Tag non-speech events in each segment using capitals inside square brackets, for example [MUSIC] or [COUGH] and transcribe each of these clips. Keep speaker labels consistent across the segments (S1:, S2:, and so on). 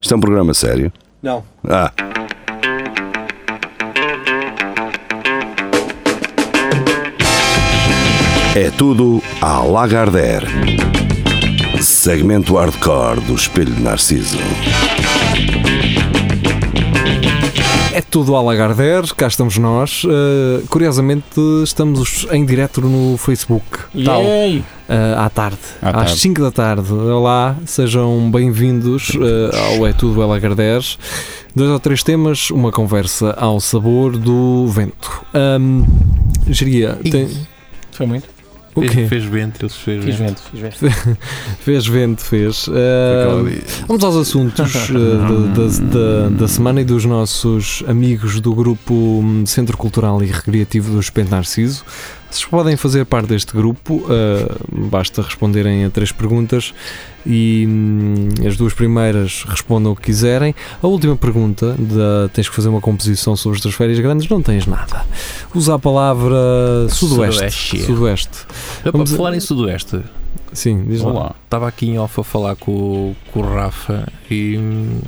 S1: Isto é um programa sério.
S2: Não.
S1: Ah, é tudo à Lagardère. Segmento hardcore do Espelho de Narciso.
S3: É tudo a Lagardère, cá estamos nós. Uh, curiosamente, estamos em direto no Facebook, tal, uh,
S2: Yay!
S3: à tarde,
S4: À
S3: às
S4: tarde.
S3: 5 da tarde. Olá, sejam bem-vindos uh, ao É Tudo a Lagardère. Dois ou três temas, uma conversa ao sabor do vento. Um, Geria, tem...
S2: Foi muito.
S3: o
S4: Fez-
S3: quê?
S4: Fez vento, ele se fez
S2: Fiz
S4: vento.
S2: vento, fiz vento.
S3: Fez vento, fez. Uh,
S4: Aquela-
S3: Vamos aos assuntos
S4: [LAUGHS]
S3: eh, de- da, da- da semana e dos nossos amigos do grupo hum, Centro Cultural e Recreativo do Espelho Narciso. Vocês podem fazer parte deste grupo, eh, basta responderem a três perguntas e hum, as duas primeiras respondam o que quiserem. A última pergunta, da, tens que fazer uma composição sobre as tuas férias grandes, não tens nada. Usa a palavra sudoeste.
S4: Sudoeste.
S3: Sudoeste.
S4: Para
S3: Vamos a-
S4: falar em Sudoeste,
S3: Sim, diz lá.
S4: Olá. estava aqui em Alfa a falar com, o- com o Rafa e hum,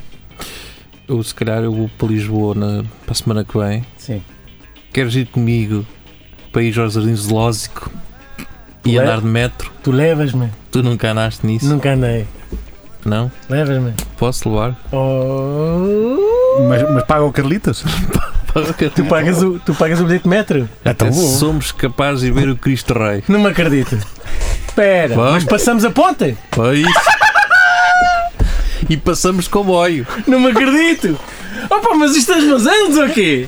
S4: eu se calhar eu vou para Lisboa na, para a semana que vem.
S2: Sim.
S4: Queres ir comigo para ir aos Jardins do Lósico
S3: é?
S4: e
S2: Le-
S4: andar de metro?
S2: Tu levas-me.
S4: Tu nunca andaste nisso?
S2: Nunca andei.
S4: Não?
S2: Levas-me.
S4: Posso levar? [LAUGHS]
S2: Oh.
S5: Mas, mas paga o Carlitos?
S3: Então
S2: Tu pagas, o, tu pagas o bilhete de metro?
S5: Então vou.
S4: Somos capazes de ver o Cristo Rei.
S2: Não me acredito. Espera,
S4: Vamos.
S2: mas passamos a ponte?
S4: Pois.
S3: [LAUGHS]
S4: e passamos de comboio.
S2: Não me acredito! Opa, mas isto estás vazando ou quê?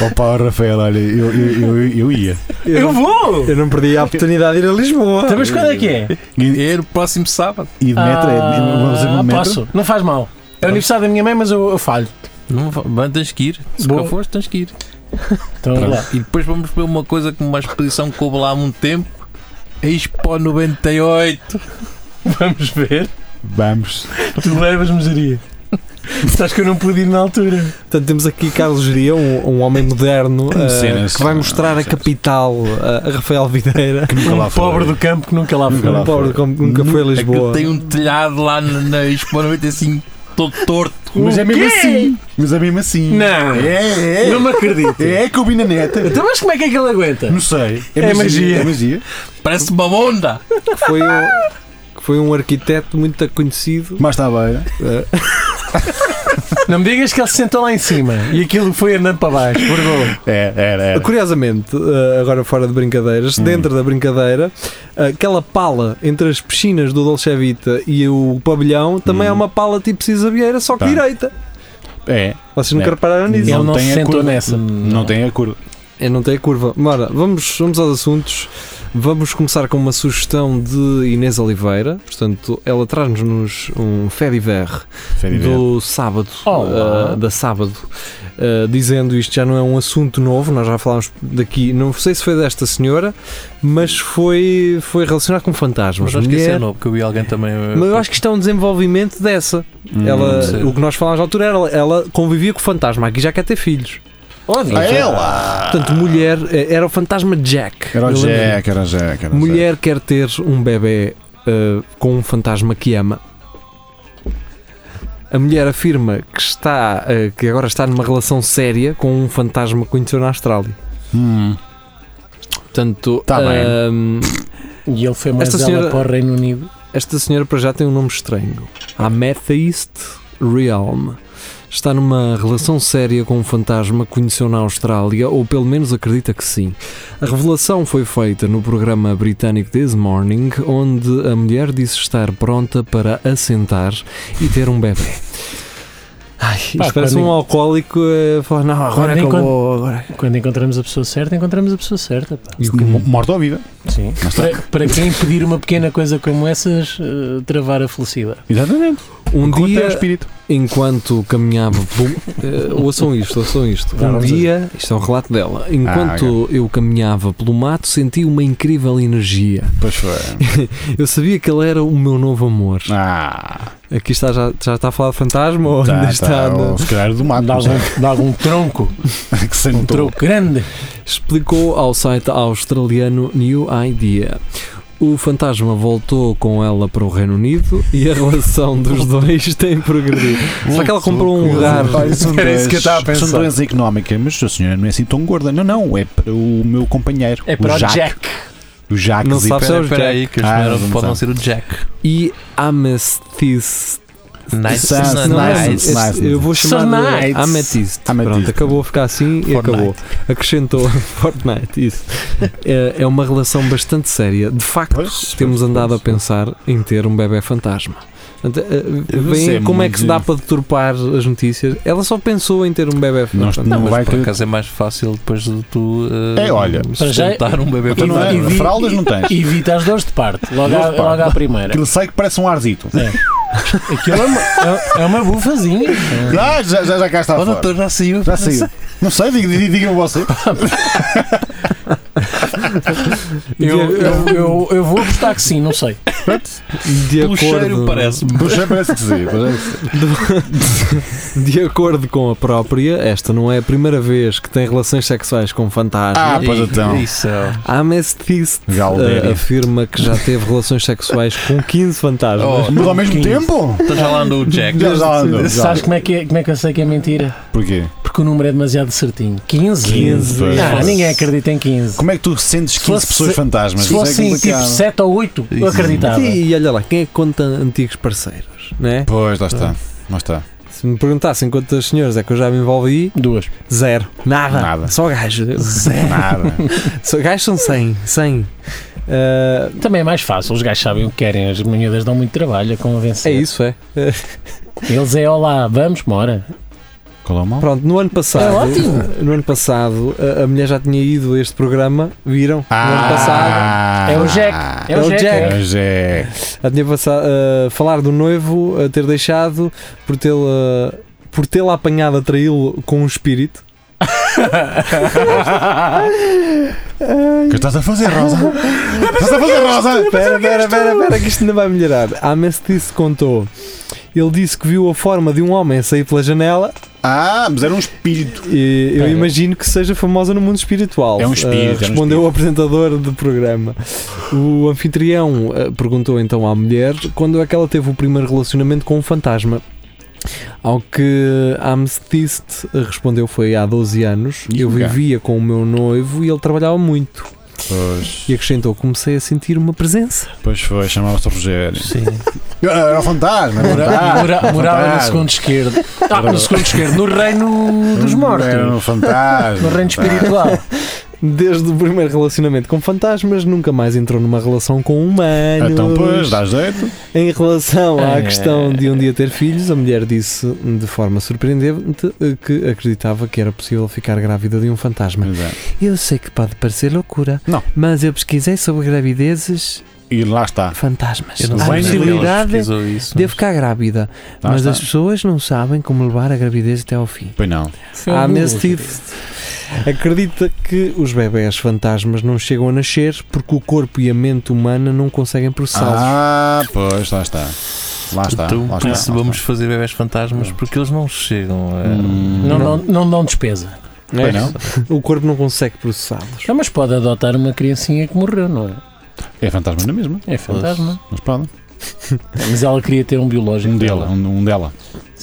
S5: Opa, Rafael, olha, eu, eu, eu, eu ia.
S2: Eu vou!
S3: Eu não perdi a oportunidade de ir a Lisboa.
S2: Então, mas quando é que é?
S5: E,
S4: É no próximo sábado.
S5: e de metro, é- vamos fazer
S2: Ah,
S5: um metro.
S2: posso, não faz mal. É o aniversário da minha mãe, mas eu, eu falho.
S4: Não, va- vai- tens que ir. Se
S2: Boa.
S4: não fores, tens que ir.
S2: Então
S5: é
S2: vamos lá.
S4: E depois vamos ver uma coisa que uma expedição que houve lá há muito tempo. A Expo 98.
S2: [LAUGHS] Vamos ver.
S5: Vamos.
S2: Tu levas-me, Jeria. Sabes que eu não pude ir na altura.
S3: Portanto, temos aqui Carlos Geria, um, um homem moderno, eh,
S5: cenas.
S3: que vai mostrar a capital eh, a Rafael Videira,
S5: Que É nunca lá
S2: Um
S5: foi.
S2: pobre do campo que nunca lá
S5: Nunca
S2: foi.
S5: lá
S3: um pobre como nunca foi a Lisboa.
S4: Aquilo tem um telhado lá na, na Expo 95 todo Assim, torto.
S5: Mas
S2: O
S5: é mesmo
S2: quê?
S5: assim. Mas é mesmo assim.
S2: Não.
S5: É, é.
S2: Não me acredito.
S5: É que eu vi na neta.
S2: Então, mas como é que é que ele aguenta?
S5: Não sei.
S2: É magia.
S5: É magia.
S4: Parece uma onda.
S3: que foi um, que foi um arquiteto muito conhecido. eh,
S5: Mas está bem.
S2: Não me digas que ele se sentou lá em cima e aquilo foi andando para baixo, vergonha.
S5: É, Hum. era, era.
S3: Curiosamente, eh, agora fora de brincadeiras, dentro da brincadeira, aquela pala entre as piscinas do Dolce Vita e o pavilhão também é uma pala tipo Cisa Vieira, só que
S5: Hum. Tá.
S3: direita.
S5: É.
S3: Vocês nunca
S5: É.
S3: repararam nisso?
S2: Ele não
S5: tem
S2: se
S5: a
S2: sentou
S5: curva.
S2: nessa.
S5: Não tem a cor.
S3: Eu não tenho curva. Ora, vamos, vamos aos assuntos. Vamos começar com uma sugestão de Inês Oliveira. Portanto, ela traz-nos um fé d'hiver
S5: é
S3: do sábado,
S2: Olá.
S3: ah, da sábado, ah, dizendo isto já não é um assunto novo, nós já falámos daqui, não sei se foi desta senhora, mas foi, foi relacionado com fantasmas.
S4: Mas acho que isso é
S3: Mulher-
S4: novo, porque eu vi alguém também.
S3: mas eu acho que isto é um desenvolvimento dessa.
S4: Hum,
S3: ela,
S5: Hum.
S4: sim.
S3: o que nós falámos na altura era ela- ela convivia com o fantasma, aqui já quer ter filhos.
S5: Ah,
S2: então,
S5: Ela!
S4: Ah.
S3: Portanto, mulher eh, era o fantasma Jack.
S5: Era o
S3: Eu lembro-me.
S5: Jack, era o Jack. era o
S3: Mulher quer ter um bebê uh, com um fantasma que ama. A mulher afirma que está uh, que agora está numa relação séria com um fantasma que conheceu na Austrália.
S5: Jack. Hum.
S3: Portanto,
S5: Tá bem.
S3: um,
S2: E ele foi mais
S3: Esta
S2: ela
S3: senhora-
S2: para o Reino Unido.
S3: esta senhora para já tem um nome estranho. Amethyst Realm. Está numa relação séria com um fantasma que conheceu na Austrália, ou pelo menos acredita que sim. A revelação foi feita no programa britânico This Morning, onde a mulher disse estar pronta para assentar e ter um bebê. Ai, isto
S2: Pá,
S3: parece
S2: quando-
S3: um alcoólico a falar, não, agora é que eu
S2: Quando-
S3: vou, agora.
S2: Quando encontramos a pessoa certa, encontramos a pessoa certa. Pá.
S3: E o que-
S5: M- Morta ou viva.
S2: Sim. Para, para quem pedir uma pequena coisa como essas, eh, travar a felicidade.
S5: Exatamente.
S3: Um
S5: Conta é o
S3: dia,
S5: espírito.
S3: Enquanto caminhava. Bom, eh, ouçam isto, ouçam isto.
S2: Não,
S3: Um
S2: vamos
S3: dia, isto é um relato dela.
S5: Ah,
S3: Enquanto eu caminhava pelo mato, senti uma incrível energia.
S5: Pois foi.
S2: [LAUGHS]
S3: Eu sabia que ele era o meu novo amor.
S5: Ah.
S3: Aqui está, já, já está a falar de fantasma ou
S5: Tá,
S3: ainda
S5: tá,
S3: está?
S5: ou
S3: na-
S5: se calhar do mato.
S2: Dá
S5: não sei.
S2: algum, dá algum tronco,
S5: que se
S2: um
S5: notou.
S2: tronco grande.
S3: Explicou ao site australiano New Idea. O fantasma voltou com ela para o Reino Unido e a relação dos dois [LAUGHS] tem progredido. Só que ela comprou um lugar.
S5: Era isso que eu estava a pensar.
S2: pensar.
S5: Sondoença económica, mas a senhora não é assim tão gorda. Não, não, é para o meu companheiro.
S2: É para o Jack.
S5: O Jack.
S3: Não
S5: Zipper.
S3: sabe se é o
S4: Espera
S3: Jack.
S4: aí, que a
S5: Ah,
S4: senhora
S5: vamos
S4: pode
S5: lá.
S4: não ser o Jack.
S3: E Amethyst.
S4: Nice,
S5: Sans-
S4: nice,
S5: Sans-
S4: nice.
S5: Sans-
S3: Este- Eu vou
S2: Sir
S3: chamar de
S2: Knights.
S3: Amethyst.
S5: Amethyst.
S3: Pronto, acabou a ficar assim e
S4: Fortnite.
S3: acabou. Acrescentou [LAUGHS] Fortnite, isso. É, é uma relação bastante séria. De facto,
S5: Pois,
S3: temos
S5: pois,
S3: andado a
S5: pois.
S3: pensar em ter um bebê fantasma. Portanto, eh,
S5: Isso
S3: Vem
S5: é
S3: como é que
S5: muito-
S3: se dá para deturpar as notícias. Ela só pensou em ter um bebê
S5: Nós
S3: fantasma.
S5: não
S4: Mas
S5: vai
S4: por
S5: ter.
S4: acaso é mais fácil depois de tu eh,
S5: É, olha,
S2: Para já-
S4: sustentar um bebê
S5: Então não é?
S2: E vi-
S5: Fraldas não tens.
S2: [LAUGHS] Evita as dores de parte, logo,
S5: Dores
S2: à,
S5: de parte.
S2: logo à primeira.
S5: Aquilo sai que parece um arzito.
S2: Aquilo é uma, é- é uma bufazinha.
S5: Ah, já, já, já cá está.
S4: Oh,
S5: fora.
S4: doutor, já saiu.
S5: Já saiu. Não sei, diga- diga- diga-me você.
S2: Eu, eu, eu, eu vou apostar que sim, não sei.
S3: De
S4: O cheiro parece-me.
S5: Puxa, parece que sim. é parece que sim.
S3: De acordo com a própria, esta não é a primeira vez que tem relações sexuais com fantasma.
S5: Ah, pois então.
S4: Isso. é.
S3: A Amethyst eh,
S5: Galdéria.
S3: afirma que já teve relações sexuais com 15 fantasmas.
S4: Oh,
S5: Mas ao mesmo
S2: 15.
S5: tempo?
S4: então já lá andou o Jack.
S5: Já, já andou. já.
S2: Sabes como é, que é- como é que eu sei que é mentira?
S5: Porquê?
S2: Porque o número é demasiado certinho. 15?
S5: 15.
S2: Não, ninguém acredita em 15.
S5: Como é que tu sentes 15
S2: fosse
S5: pessoas
S2: se-
S5: fantasmas?
S2: Se
S5: Isso é
S2: fossem tipo
S5: complicado.
S2: 7 ou 8, eu
S4: Isso.
S2: acreditava.
S3: E, e olha lá, quem é que conta antigos parceiros? Né?
S5: Pois, lá está. Lá está.
S3: Se me perguntassem quantas senhoras é que eu já me envolvi,
S2: Duas.
S3: zero. Nada.
S5: Nada.
S3: Só gajo.
S5: Nada.
S3: [LAUGHS] Só gajos são 100. 100. Ah,
S2: Também é mais fácil, os gajos sabem o que querem, as miúdas dão muito trabalho a
S3: é
S2: convencer.
S3: isso, é.
S2: Eles é olá, vamos, mora.
S5: Qual é o mal?
S3: Pronto, no ano passado.
S2: É ótimo.
S3: No ano passado, a, a mulher já tinha ido a este programa, viram? no ano passado.
S2: É o Jack. É
S3: É
S2: o
S3: o
S2: Jack.
S3: Jack.
S5: Ah. É o Jack.
S3: Já tinha passado eh, a falar do noivo, a ter deixado, por tê-la. Por tê-la apanhado a traí-lo com um espírito.
S5: O que estás a fazer,
S2: [LAUGHS]
S5: Rosa? Estás a fazer, Rosa?
S3: Espera, espera, espera, espera, que isto ainda vai melhorar. A Mestis contou. Ele disse que viu a forma de um homem a sair pela janela
S5: Ah, mas era um espírito.
S3: e eu
S2: Olha.
S3: imagino que seja famosa no mundo espiritual.
S5: É um espírito,
S3: Ah,
S5: é um
S3: respondeu o apresentador do programa. O anfitrião ah, perguntou então à mulher quando é que ela teve o primeiro relacionamento com um fantasma. Ao que a Amethyst respondeu foi há 12 anos.
S5: Ih,
S3: eu
S5: um gajo.
S3: vivia com o meu noivo e ele trabalhava muito.
S5: Pois,
S3: E acrescentou, comecei a sentir uma presença.
S5: pois foi, chamava-se Rogério.
S4: Sim.
S5: Era o fantasma, era o
S2: Mora-
S5: fantasma.
S2: mora- morava no segundo esquerdo. Ah, no segundo esquerdo, no reino dos
S5: Era
S2: mortos.
S5: um fantasma.
S2: No reino espiritual.
S3: Desde o primeiro relacionamento com fantasmas, nunca mais entrou numa relação com humanos.
S5: Então, pois, dá jeito.
S3: Em relação à
S2: É.
S3: questão de um dia ter filhos, a mulher disse de forma surpreendente eh, que acreditava que era possível ficar grávida de um fantasma.
S5: Mas é.
S3: Eu sei que pode parecer loucura,
S5: Não.
S3: mas eu pesquisei sobre gravidezes
S5: E lá está.
S3: fantasmas.
S4: Eu não
S3: A
S4: sei se ela
S3: possibilidade
S4: pesquisou isso.
S3: de eu ficar grávida,
S5: Lá
S3: mas
S5: está.
S3: as pessoas não sabem como levar a gravidez até ao fim.
S5: Pois não.
S2: é
S3: A Amnesty acredita que os bebés fantasmas não chegam a nascer porque o corpo e a mente humana não conseguem processá-los.
S5: Ah, pois, lá está. Lá está.
S4: Então,
S5: lá
S4: por
S5: está,
S4: isso
S5: lá
S4: vamos
S5: está.
S4: fazer bebés fantasmas porque eles não chegam. é. a-
S5: Hum,
S2: Não, não, não dão despesa.
S5: pois não.
S3: O corpo não consegue processá-los.
S2: Não, mas pode adotar uma criancinha que morreu, não é?
S5: É fantasma na mesma,
S2: É fantasma.
S5: mas pronto.
S2: Mas ela queria ter um biológico.
S5: Um dela,
S2: dela,
S5: um, um dela.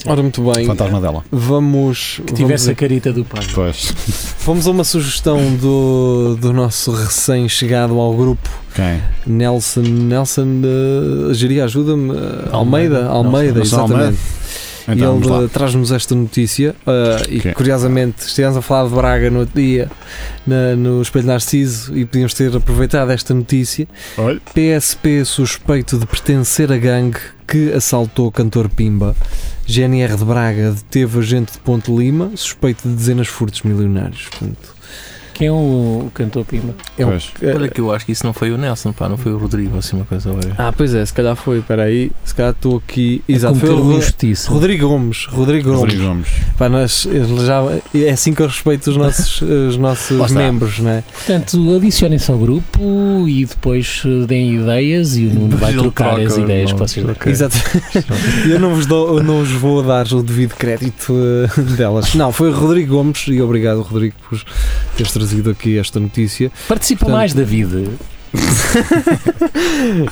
S3: Ora, muito bem,
S5: Fantasma dela.
S3: vamos,
S2: Que tivesse a
S3: vamos,
S2: carita do pai.
S5: Pois.
S3: a, vamos a uma sugestão do, do nosso recém-chegado ao grupo,
S5: Quem?
S3: Nelson, Nelson eh, Geria, ajuda-me, eh, Almeida,
S2: Nelson-
S3: Almeida,
S5: Nelson
S3: exatamente.
S5: Almeida. Então, vamos
S3: e
S5: lá.
S3: ele eh, traz-nos esta notícia eh, e
S5: Ok.
S3: curiosamente estivemos a falar de Braga no outro dia na- no Espelho Narciso e podíamos ter aproveitado esta notícia.
S5: Olha.
S3: PSP suspeito de pertencer a gangue que assaltou o cantor Pimba. GNR de Braga deteve agente de Ponte Lima suspeito de dezenas de furtos milionários. Portanto,
S2: Quem é o cantor Pima?
S3: é um-
S5: Pois.
S3: eh,
S4: Olha que eu acho que isso não foi o Nelson, pá, não foi o Rodrigo, assim uma coisa. olha.
S3: ah, pois é, se calhar foi, peraí, se calhar estou aqui. Exato, foi o
S2: Cometer um uma
S3: Ro-
S2: injustiça.
S3: Rodrigo Gomes. Rodrigo Gomes.
S5: Rodrigo Gomes.
S3: Pá, nós, eles já, é assim que eu respeito os nossos, eh, os
S5: Lá
S3: nossos
S5: está.
S3: membros, não é?
S2: Portanto, adicionem-se ao grupo e depois eh, deem ideias e o Nuno
S4: Depois
S2: vai
S4: ele
S2: trocar
S4: troca
S2: as
S4: os
S2: ideias que
S4: nomes,
S2: vocês
S4: ok.
S3: Exato. [LAUGHS] eu não vos, dou, eu não vos vou dar o devido crédito eh, [LAUGHS] delas. Não, foi o Rodrigo Gomes e obrigado, Rodrigo, por teres trazido aqui esta notícia.
S2: Participa
S3: Portanto,
S2: mais, David.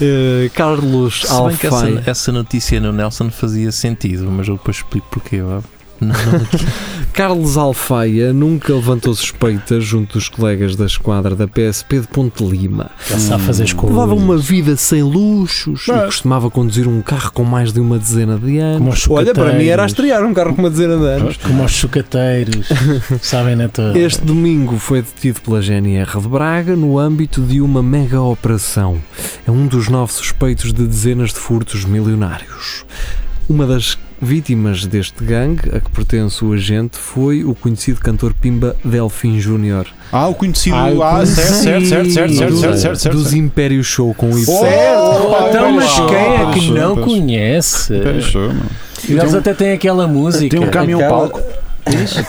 S3: Eh, Carlos
S4: Se bem que essa,
S3: Alfai.
S4: essa notícia no Nelson fazia sentido, mas eu depois explico porquê. vá. Não, não, é.
S3: Carlos Alfaia nunca levantou suspeitas junto dos colegas da esquadra da PSP de Ponte Lima.
S2: Já sabe fazer escolhas.
S3: hum, Levava uma vida sem luxos e costumava conduzir um carro com mais de uma dezena de anos.
S2: Como aos
S3: Olha, para mim era a
S2: sucateiros.
S3: estrear um carro com uma dezena de anos.
S2: Como aos sucateiros, sabem né, na toda.
S3: Este domingo foi detido pela GNR de Braga no âmbito de uma mega operação. É um dos nove suspeitos de dezenas de furtos milionários. Uma das vítimas deste gangue, a que pertence o agente, foi o conhecido cantor Pimba Delfim Júnior.
S5: Ah, o conhecido.
S2: Ah, o
S5: Ah, certo, certo,
S2: conhecido.
S5: certo, certo, certo,
S3: dos,
S5: certo, certo, certo.
S3: dos Império Show com isso.
S5: Certo, pá,
S2: Oh, Então,
S5: pera
S2: mas
S5: lá,
S2: quem é que
S5: pera
S2: não
S5: lá,
S2: conhece?
S5: pera lá, pera lá, mano.
S2: Eles
S5: Tem um-
S2: até têm aquela música.
S5: Tem um caminhão
S2: Aquela-
S5: palco.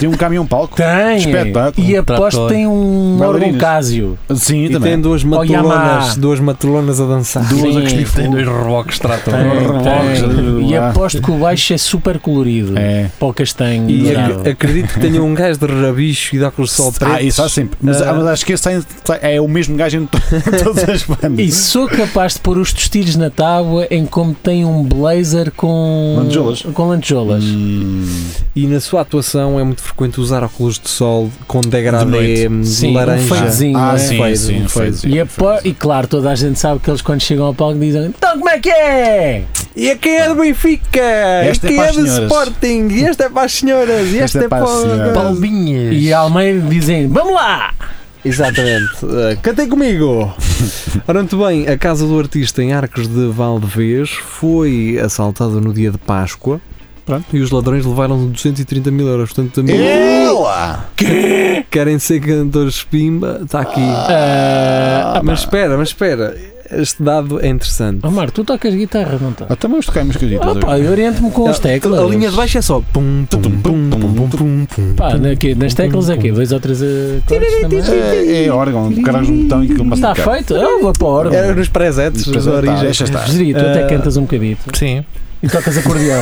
S5: Tem um caminhão palco.
S2: Tem.
S5: Espetáculo.
S2: E
S4: Um
S2: aposto que
S4: trator.
S2: tem um órgão
S5: Bailarinas.
S2: Casio.
S5: Sim,
S3: E
S5: também.
S3: tem duas
S2: Oh, Yamaha.
S3: matolonas, duas matolonas a dançar.
S5: Duas a
S2: Sim,
S5: cuspir
S4: tem
S5: fogo.
S4: dois reboques tratam.
S2: Tem,
S5: Relógios,
S2: tem. E
S5: lá.
S2: aposto que o baixo é super colorido.
S5: É.
S2: Para o castanho.
S3: E ac-
S2: dourado.
S3: acredito que tenha um gajo de rabicho e dá com o sol preto.
S5: Ah, isso há sempre. Mas,
S3: Ah.
S5: ah, mas acho que esse tem- é o mesmo gajo em to- todas as bandas.
S2: E sou capaz de pôr os tostilhos na tábua em como tem um blazer com
S5: Lantejoulas.
S2: Com lantejoulas.
S5: Hum.
S3: E na sua atuação é muito frequente usar óculos de sol com
S5: De
S3: degradê hum,
S2: Sim, um
S3: laranja.
S2: fadezinho,
S5: Ah,
S2: não é?
S5: sim,
S3: fade,
S5: sim,
S3: um
S5: um
S3: fade.
S5: fadezinho.
S2: E, a po- e claro, toda a gente sabe que eles quando chegam ao palco dizem Então como é que é?
S3: E aqui é do Benfica,
S5: Esta é
S3: aqui
S5: para
S3: é,
S5: as
S3: do
S5: senhoras.
S3: Sporting, e esta é para as senhoras, e esta, é para.
S5: as senhoras.
S4: Palminhas.
S2: E a Almeida dizem Vamos lá!
S3: Exatamente. Uh,
S2: [LAUGHS]
S3: Cantem comigo! Ora, muito bem, a casa do artista em Arcos de Valdevez foi assaltada no dia de Páscoa.
S5: Pronto.
S3: E os ladrões levaram 230 mil euros. Portanto, também
S5: Ela!
S3: querem ser cantores Pimba. Está aqui.
S2: Ah,
S3: mas espera, mas espera. Este dado é interessante.
S2: Omar, tu tocas guitarra, não tocas?
S5: Até vamos tocar umas coisitas.
S2: Ah, pá, eu oriento-me com as teclas.
S3: A linha de baixo é só. Pum, pum, pum, pum, pum, pum, pum.
S2: Pá, na, quê? nas teclas é quê? Dois ou três acordes também?
S5: É, é órgão, caralho, um botão e aquilo começa a
S2: Está
S5: tocar.
S2: feito? Eu vou para a hora.
S3: Era nos presetes
S5: Depois,
S3: da
S5: tá,
S3: origem.
S5: Deixa estar.
S2: Geria, tu até
S3: Ah.
S2: cantas um bocadito
S4: Sim,
S2: e tocas acordeão.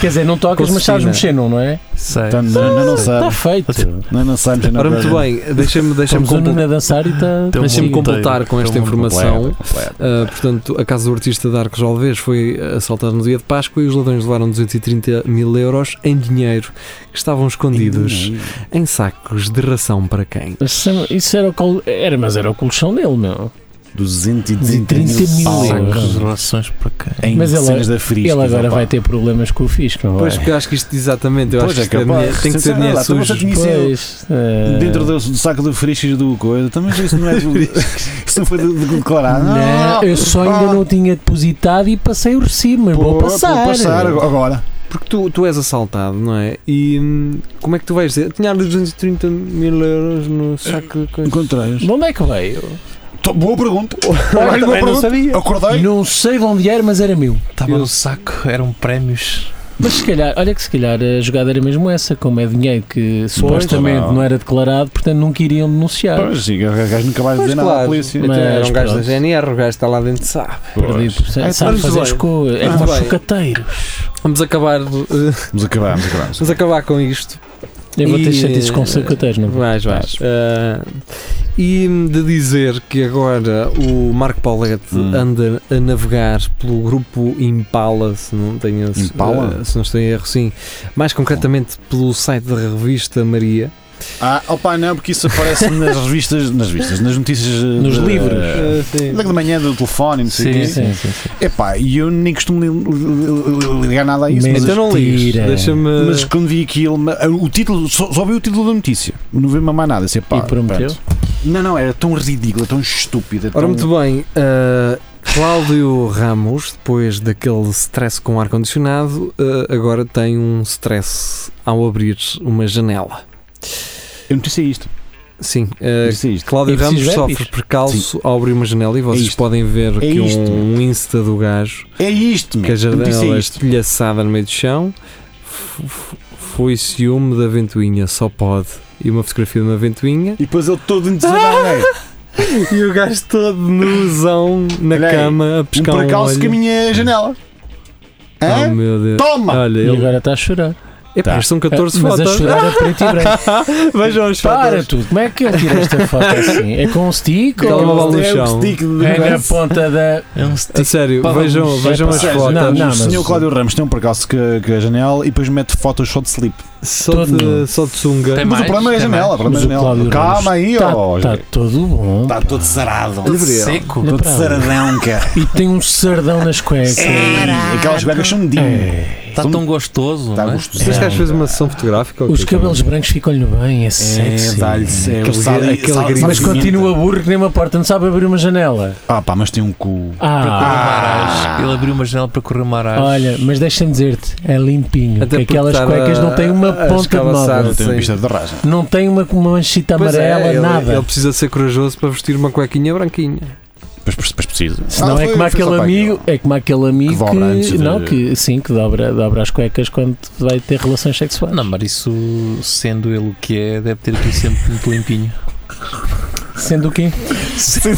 S2: Quer dizer, não tocas, mas sabes mexer,
S3: Consistina.
S2: não, não é?
S4: sei.
S5: Então, não, não, não
S2: Está
S5: sabes.
S2: feito.
S5: Não, não sabes.
S3: Ora, muito bem, deixa-me deixa
S2: Estamos o
S5: um
S2: Nuno a dançar e tá- está.
S4: Então,
S3: Deixa-me
S4: Mundo
S3: completar
S4: inteiro,
S3: com esta
S4: pelo mundo
S3: informação. Uh, portanto, a casa do artista de Arcos Alves foi assaltada no dia de Páscoa e os ladrões levaram 230 mil euros em dinheiro que estavam escondidos em sacos de ração para quem?
S2: Mas Isso era o col... era, mas era o colchão dele, meu.
S5: 230
S2: mil
S5: mil
S2: euros.
S5: euros.
S4: Sacos de relações para cá.
S5: Em
S2: Mas ele-
S5: cenas da frisca.
S2: Ele agora vai ter problemas com o fisco, não é?
S3: Pois,
S2: vai?
S3: porque eu acho que isto, exatamente, eu
S5: Pois,
S3: acho que
S5: é
S3: isto é
S5: capaz.
S3: dinheiro- tem que ser
S5: Sei lá,
S3: dinheiro
S5: então você
S3: sujo.
S5: tinha- Isso é-
S2: Pois, eh,
S5: Dentro do, do saco do frisco e do coisa. Também isso
S3: [LAUGHS]
S5: não é. isso não foi de- de Ah, declarado.
S2: Não, eu só ainda não tinha depositado e passei o recibo, mas vou
S5: Vou
S2: passar.
S5: Vou passar agora.
S3: Porque tu, tu és assaltado, não é? E hum, como é que tu vais dizer? Tinha ali 230 mil euros no
S5: Eh,
S3: saco de coisa.
S5: Encontrei-os.
S2: De onde é que veio?
S5: Tô-
S3: [LAUGHS]
S5: Boa pergunta. Olha,
S2: então,
S5: boa pergunta.
S3: sabia.
S5: Acordei.
S2: Não sei de onde era, mas era meu.
S4: Estava no saco, eram prémios.
S2: Mas se calhar, olha que se calhar a jogada era mesmo essa, como é dinheiro que supostamente
S5: não.
S2: não. era declarado, portanto nunca iriam denunciar.
S5: Pois, sim, o gajo nunca vai
S3: Pois
S5: dizer nada à
S3: claro,
S5: polícia.
S3: então era
S2: Mas
S3: um gajo da
S2: pronto.
S3: GNR, o gajo está lá dentro, sabe?
S5: Pois.
S2: Perdido,
S3: Ai,
S2: sabe
S3: mas
S2: fazer
S3: bem.
S2: escoa, é
S3: Ah,
S2: como os
S3: bem.
S2: sucateiros.
S3: Vamos acabar, uh, vamos
S5: Vamos acabar, vamos acabar.
S3: acabar com isto.
S2: Eu vou ter
S3: E,
S2: chatices com
S3: eh,
S2: sucateiros, não vou?
S3: Vais, vais. Ah, e de dizer que agora o Marco Paulette
S5: Hum.
S3: anda a navegar pelo grupo Impala, se não tenho a-
S5: Impala?
S3: ah, se não estou em erro, sim. Mais concretamente pelo site da revista Maria.
S5: Ah, opa, não, porque isso
S2: [LAUGHS]
S5: aparece nas revistas, nas revistas, nas notícias. eh,
S2: Nos
S5: da-
S2: livros.
S3: Ah, sim.
S5: Da da manhã do telefone, não sei o quê.
S2: Sim, sim, sim.
S5: Epá, e eu nem costumo li- li- li- ligar nada a isso. Mas, tipo,
S3: Então não ligas,
S2: Mentira.
S3: deixa-me.
S5: mas quando vi aquilo, ma- o título, só, só vi o título da notícia. Não vi mais nada. Disse, epá,
S2: E prometeu?
S5: pronto. Não, não, era tão ridícula, tão estúpida.
S3: um Ora,
S5: tão-
S3: muito bem, ah, Cláudio Ramos, depois daquele stress com ar-condicionado, ah, agora tem um stress ao abrir uma janela.
S5: Eu não disse isto.
S3: Sim, ah,
S5: Notícia isto.
S3: Cláudio
S2: É preciso
S3: Ramos
S2: ver,
S3: sofre
S2: bicho.
S3: percalço ao abrir uma janela e vocês
S5: isto.
S3: podem ver aqui
S5: isto.
S3: um, um insta do gajo
S5: É isto,
S3: que
S5: meu.
S3: a
S5: Eu não disse
S3: janela é
S5: isto.
S3: estilhaçada no meio do chão. F- f- Foi ciúme da ventoinha, só pode. E uma fotografia de uma ventoinha.
S5: E depois ele todo
S3: Ah!
S5: Um entusiasmado.
S3: e o gajo todo nuzão na
S5: Olha aí,
S3: cama a
S5: Um
S3: pescar um,
S5: percalço
S3: olho.
S5: com a minha janela.
S3: Oh
S5: Hã?
S3: meu Deus.
S5: Toma!
S3: Olha,
S2: E
S3: ele,
S2: agora está a chorar. Ah,
S3: Epá,
S5: Tá.
S3: isto são 14
S2: É, Mas a
S3: fotos.
S2: chorar a preto [LAUGHS] e branco.
S3: [LAUGHS] Vejam as
S2: Para
S3: fotos.
S2: tudo. Como é que ele tira esta foto assim? É com um stick
S3: Aquela
S2: ou
S3: bola no
S5: É o
S3: chão.
S5: stick do
S2: é na
S5: Ramos.
S2: ponta da.
S4: É um
S2: tipo,
S3: A sério,
S4: Pá,
S3: vejam,
S4: vamos-
S3: vejam
S5: Ou
S3: as
S5: seja,
S3: fotos.
S2: não, não,
S5: o
S2: mas-
S5: senhor Cláudio Ramos tem um percalço que, que a janela e depois mete fotos só de slip.
S3: Só de,
S2: Todo.
S3: só de sunga.
S4: Tem
S5: Mas o
S4: mais?
S5: problema é a
S4: Tem mais?
S5: janela. o problema é a
S2: Mas o Cláudio
S5: janela.
S2: Ramos Tá,
S5: Calma aí,
S2: Está
S5: ó. Tá
S2: todo bom. é
S5: Está todo zarado.
S4: Seco.
S5: Todo
S2: Na praia.
S5: zaradão, cara.
S2: E tem um sardão nas cuecas.
S5: É Ei, Aquelas cuecas são de.
S2: É.
S4: Está tá tão gostoso.
S2: tá
S5: Está
S4: não é?
S5: gostoso.
S3: Este gajo fez uma sessão fotográfica. ou
S2: Os
S3: quê?
S2: cabelos brancos ficam-lhe bem, é sexy.
S5: Aquele sal-
S3: aquele
S5: sal-
S3: grito.
S2: Mas continua burro que nem uma porta, não sabe abrir uma janela.
S5: Ah, pá, mas tem um cu.
S2: Ah,
S4: Marás. Ele abriu uma janela para correr marás.
S2: olha, mas deixa-me dizer-te, é limpinho.
S3: Até
S2: que
S3: porque
S2: aquelas
S3: estar
S2: cuecas
S3: a-
S2: não têm uma
S3: a
S2: ponta de móvel.
S3: escavaçar.
S5: Não tem uma
S3: Sim.
S5: pista de rasga.
S2: Não tem uma, uma manchita
S3: Pois é,
S2: amarela,
S3: ele-
S2: nada.
S3: Ele precisa ser corajoso para vestir uma cuequinha branquinha.
S5: Pois, pois, pois preciso.
S2: Se não
S5: Ah,
S2: é
S5: foi-
S2: como
S5: foi só
S2: aquele
S5: para
S2: amigo,
S5: aquilo.
S2: é como aquele amigo
S5: dobra antes
S2: que,
S5: de-
S2: não, que sim, que dobra, dobra as cuecas quando vai ter relações sexuais.
S4: Não, mas isso, sendo ele o que é, deve ter aqui sempre muito limpinho.
S2: Sendo o quê?
S5: Sendo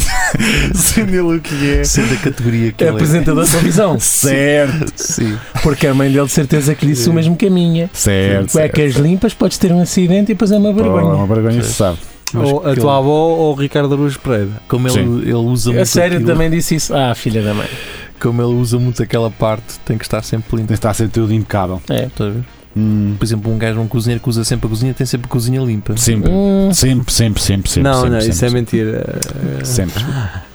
S5: ele o que é.
S4: Sendo a categoria que
S2: É
S4: ele
S2: apresentador da televisão.
S5: Certo,
S4: Sim.
S2: Porque a mãe dele de certeza que lhe disse o mesmo caminho.
S5: certo. certo.
S2: Cuecas limpas, podes ter um acidente e depois é uma
S5: Pô, É
S2: vergonha.
S5: uma vergonha, se sabe.
S4: Mas
S3: Ou a
S4: que
S3: tua
S4: ele-
S3: avó ou o Ricardo Aruz Pereira.
S4: Como ele,
S5: Sim.
S4: ele usa muito
S2: A sério
S4: aquilo,
S2: também disse isso. Ah, filha da mãe.
S4: Como ele usa muito aquela parte, tem que estar sempre
S5: Tem que
S4: limpo.
S5: estar a ser tudo impecável.
S2: É.
S4: Estás a ver?
S5: Hum,
S4: Por exemplo, um gajo, um cozinheiro que usa sempre a cozinha, tem sempre a cozinha limpa.
S5: Sempre.
S2: Hum,
S5: Sempre, sempre, sempre, sempre.
S3: não,
S5: sempre,
S3: não,
S5: sempre,
S3: isso é mentira.
S5: Sempre.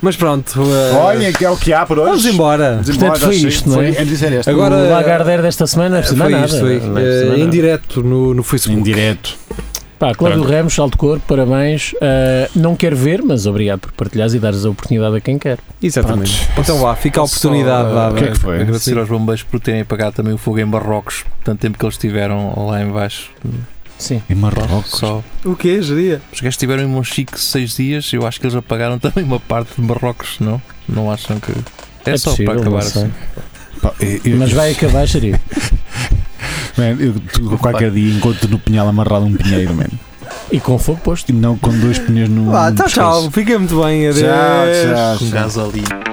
S3: Mas pronto. eh,
S5: Olha, que é o que há por hoje.
S3: vamos embora.
S5: Vamos embora,
S2: Portanto, foi
S5: já chega.
S2: Ah. isto, não é?
S5: Foi, dizer esta.
S3: Agora-
S2: o Lagardeiro desta semana não é preciso mais
S3: Foi
S2: nada.
S3: isto, foi.
S2: Não é preciso
S3: Eh,
S2: mais
S3: em
S2: nada.
S3: direto no, no
S5: Em
S3: Facebook.
S5: direto.
S2: Pá, Cláudio Ramos, alto corpo, parabéns. Ah, não quero ver, mas obrigado por partilhares e dares a oportunidade a quem quer.
S3: Exatamente. Então vá, fica a
S4: Posso só,
S3: oportunidade
S4: eh,
S3: dada.
S5: O que é que foi?
S4: Agradecer aos bombeiros por terem apagado também o fogo em Marrocos, tanto tempo que eles tiveram lá em baixo.
S2: Sim.
S5: Em Marrocos.
S4: Só.
S3: O que geria?
S4: Os gajos tiveram em Monchique seis dias, eu acho que eles apagaram [LAUGHS] também uma parte de Marrocos, não? Não acham que. É, só
S2: possível,
S4: para
S2: não
S4: acabar
S2: sei.
S4: assim.
S5: Pá, é, eu- eu-
S2: Mas vai acabar, Xario.
S5: Man, eu tu- qualquer dia encontro no punhal amarrado um pinheiro, man.
S2: E com fogo posto.
S5: E não com dois pinheiros no.
S3: Vá,
S5: no
S3: Ah, tá, então tchau,
S5: pescoço.
S3: Hum, tchau. Fica muito bem. Adeus.
S4: Um
S5: Tchau, tchau.
S4: Com gasolina.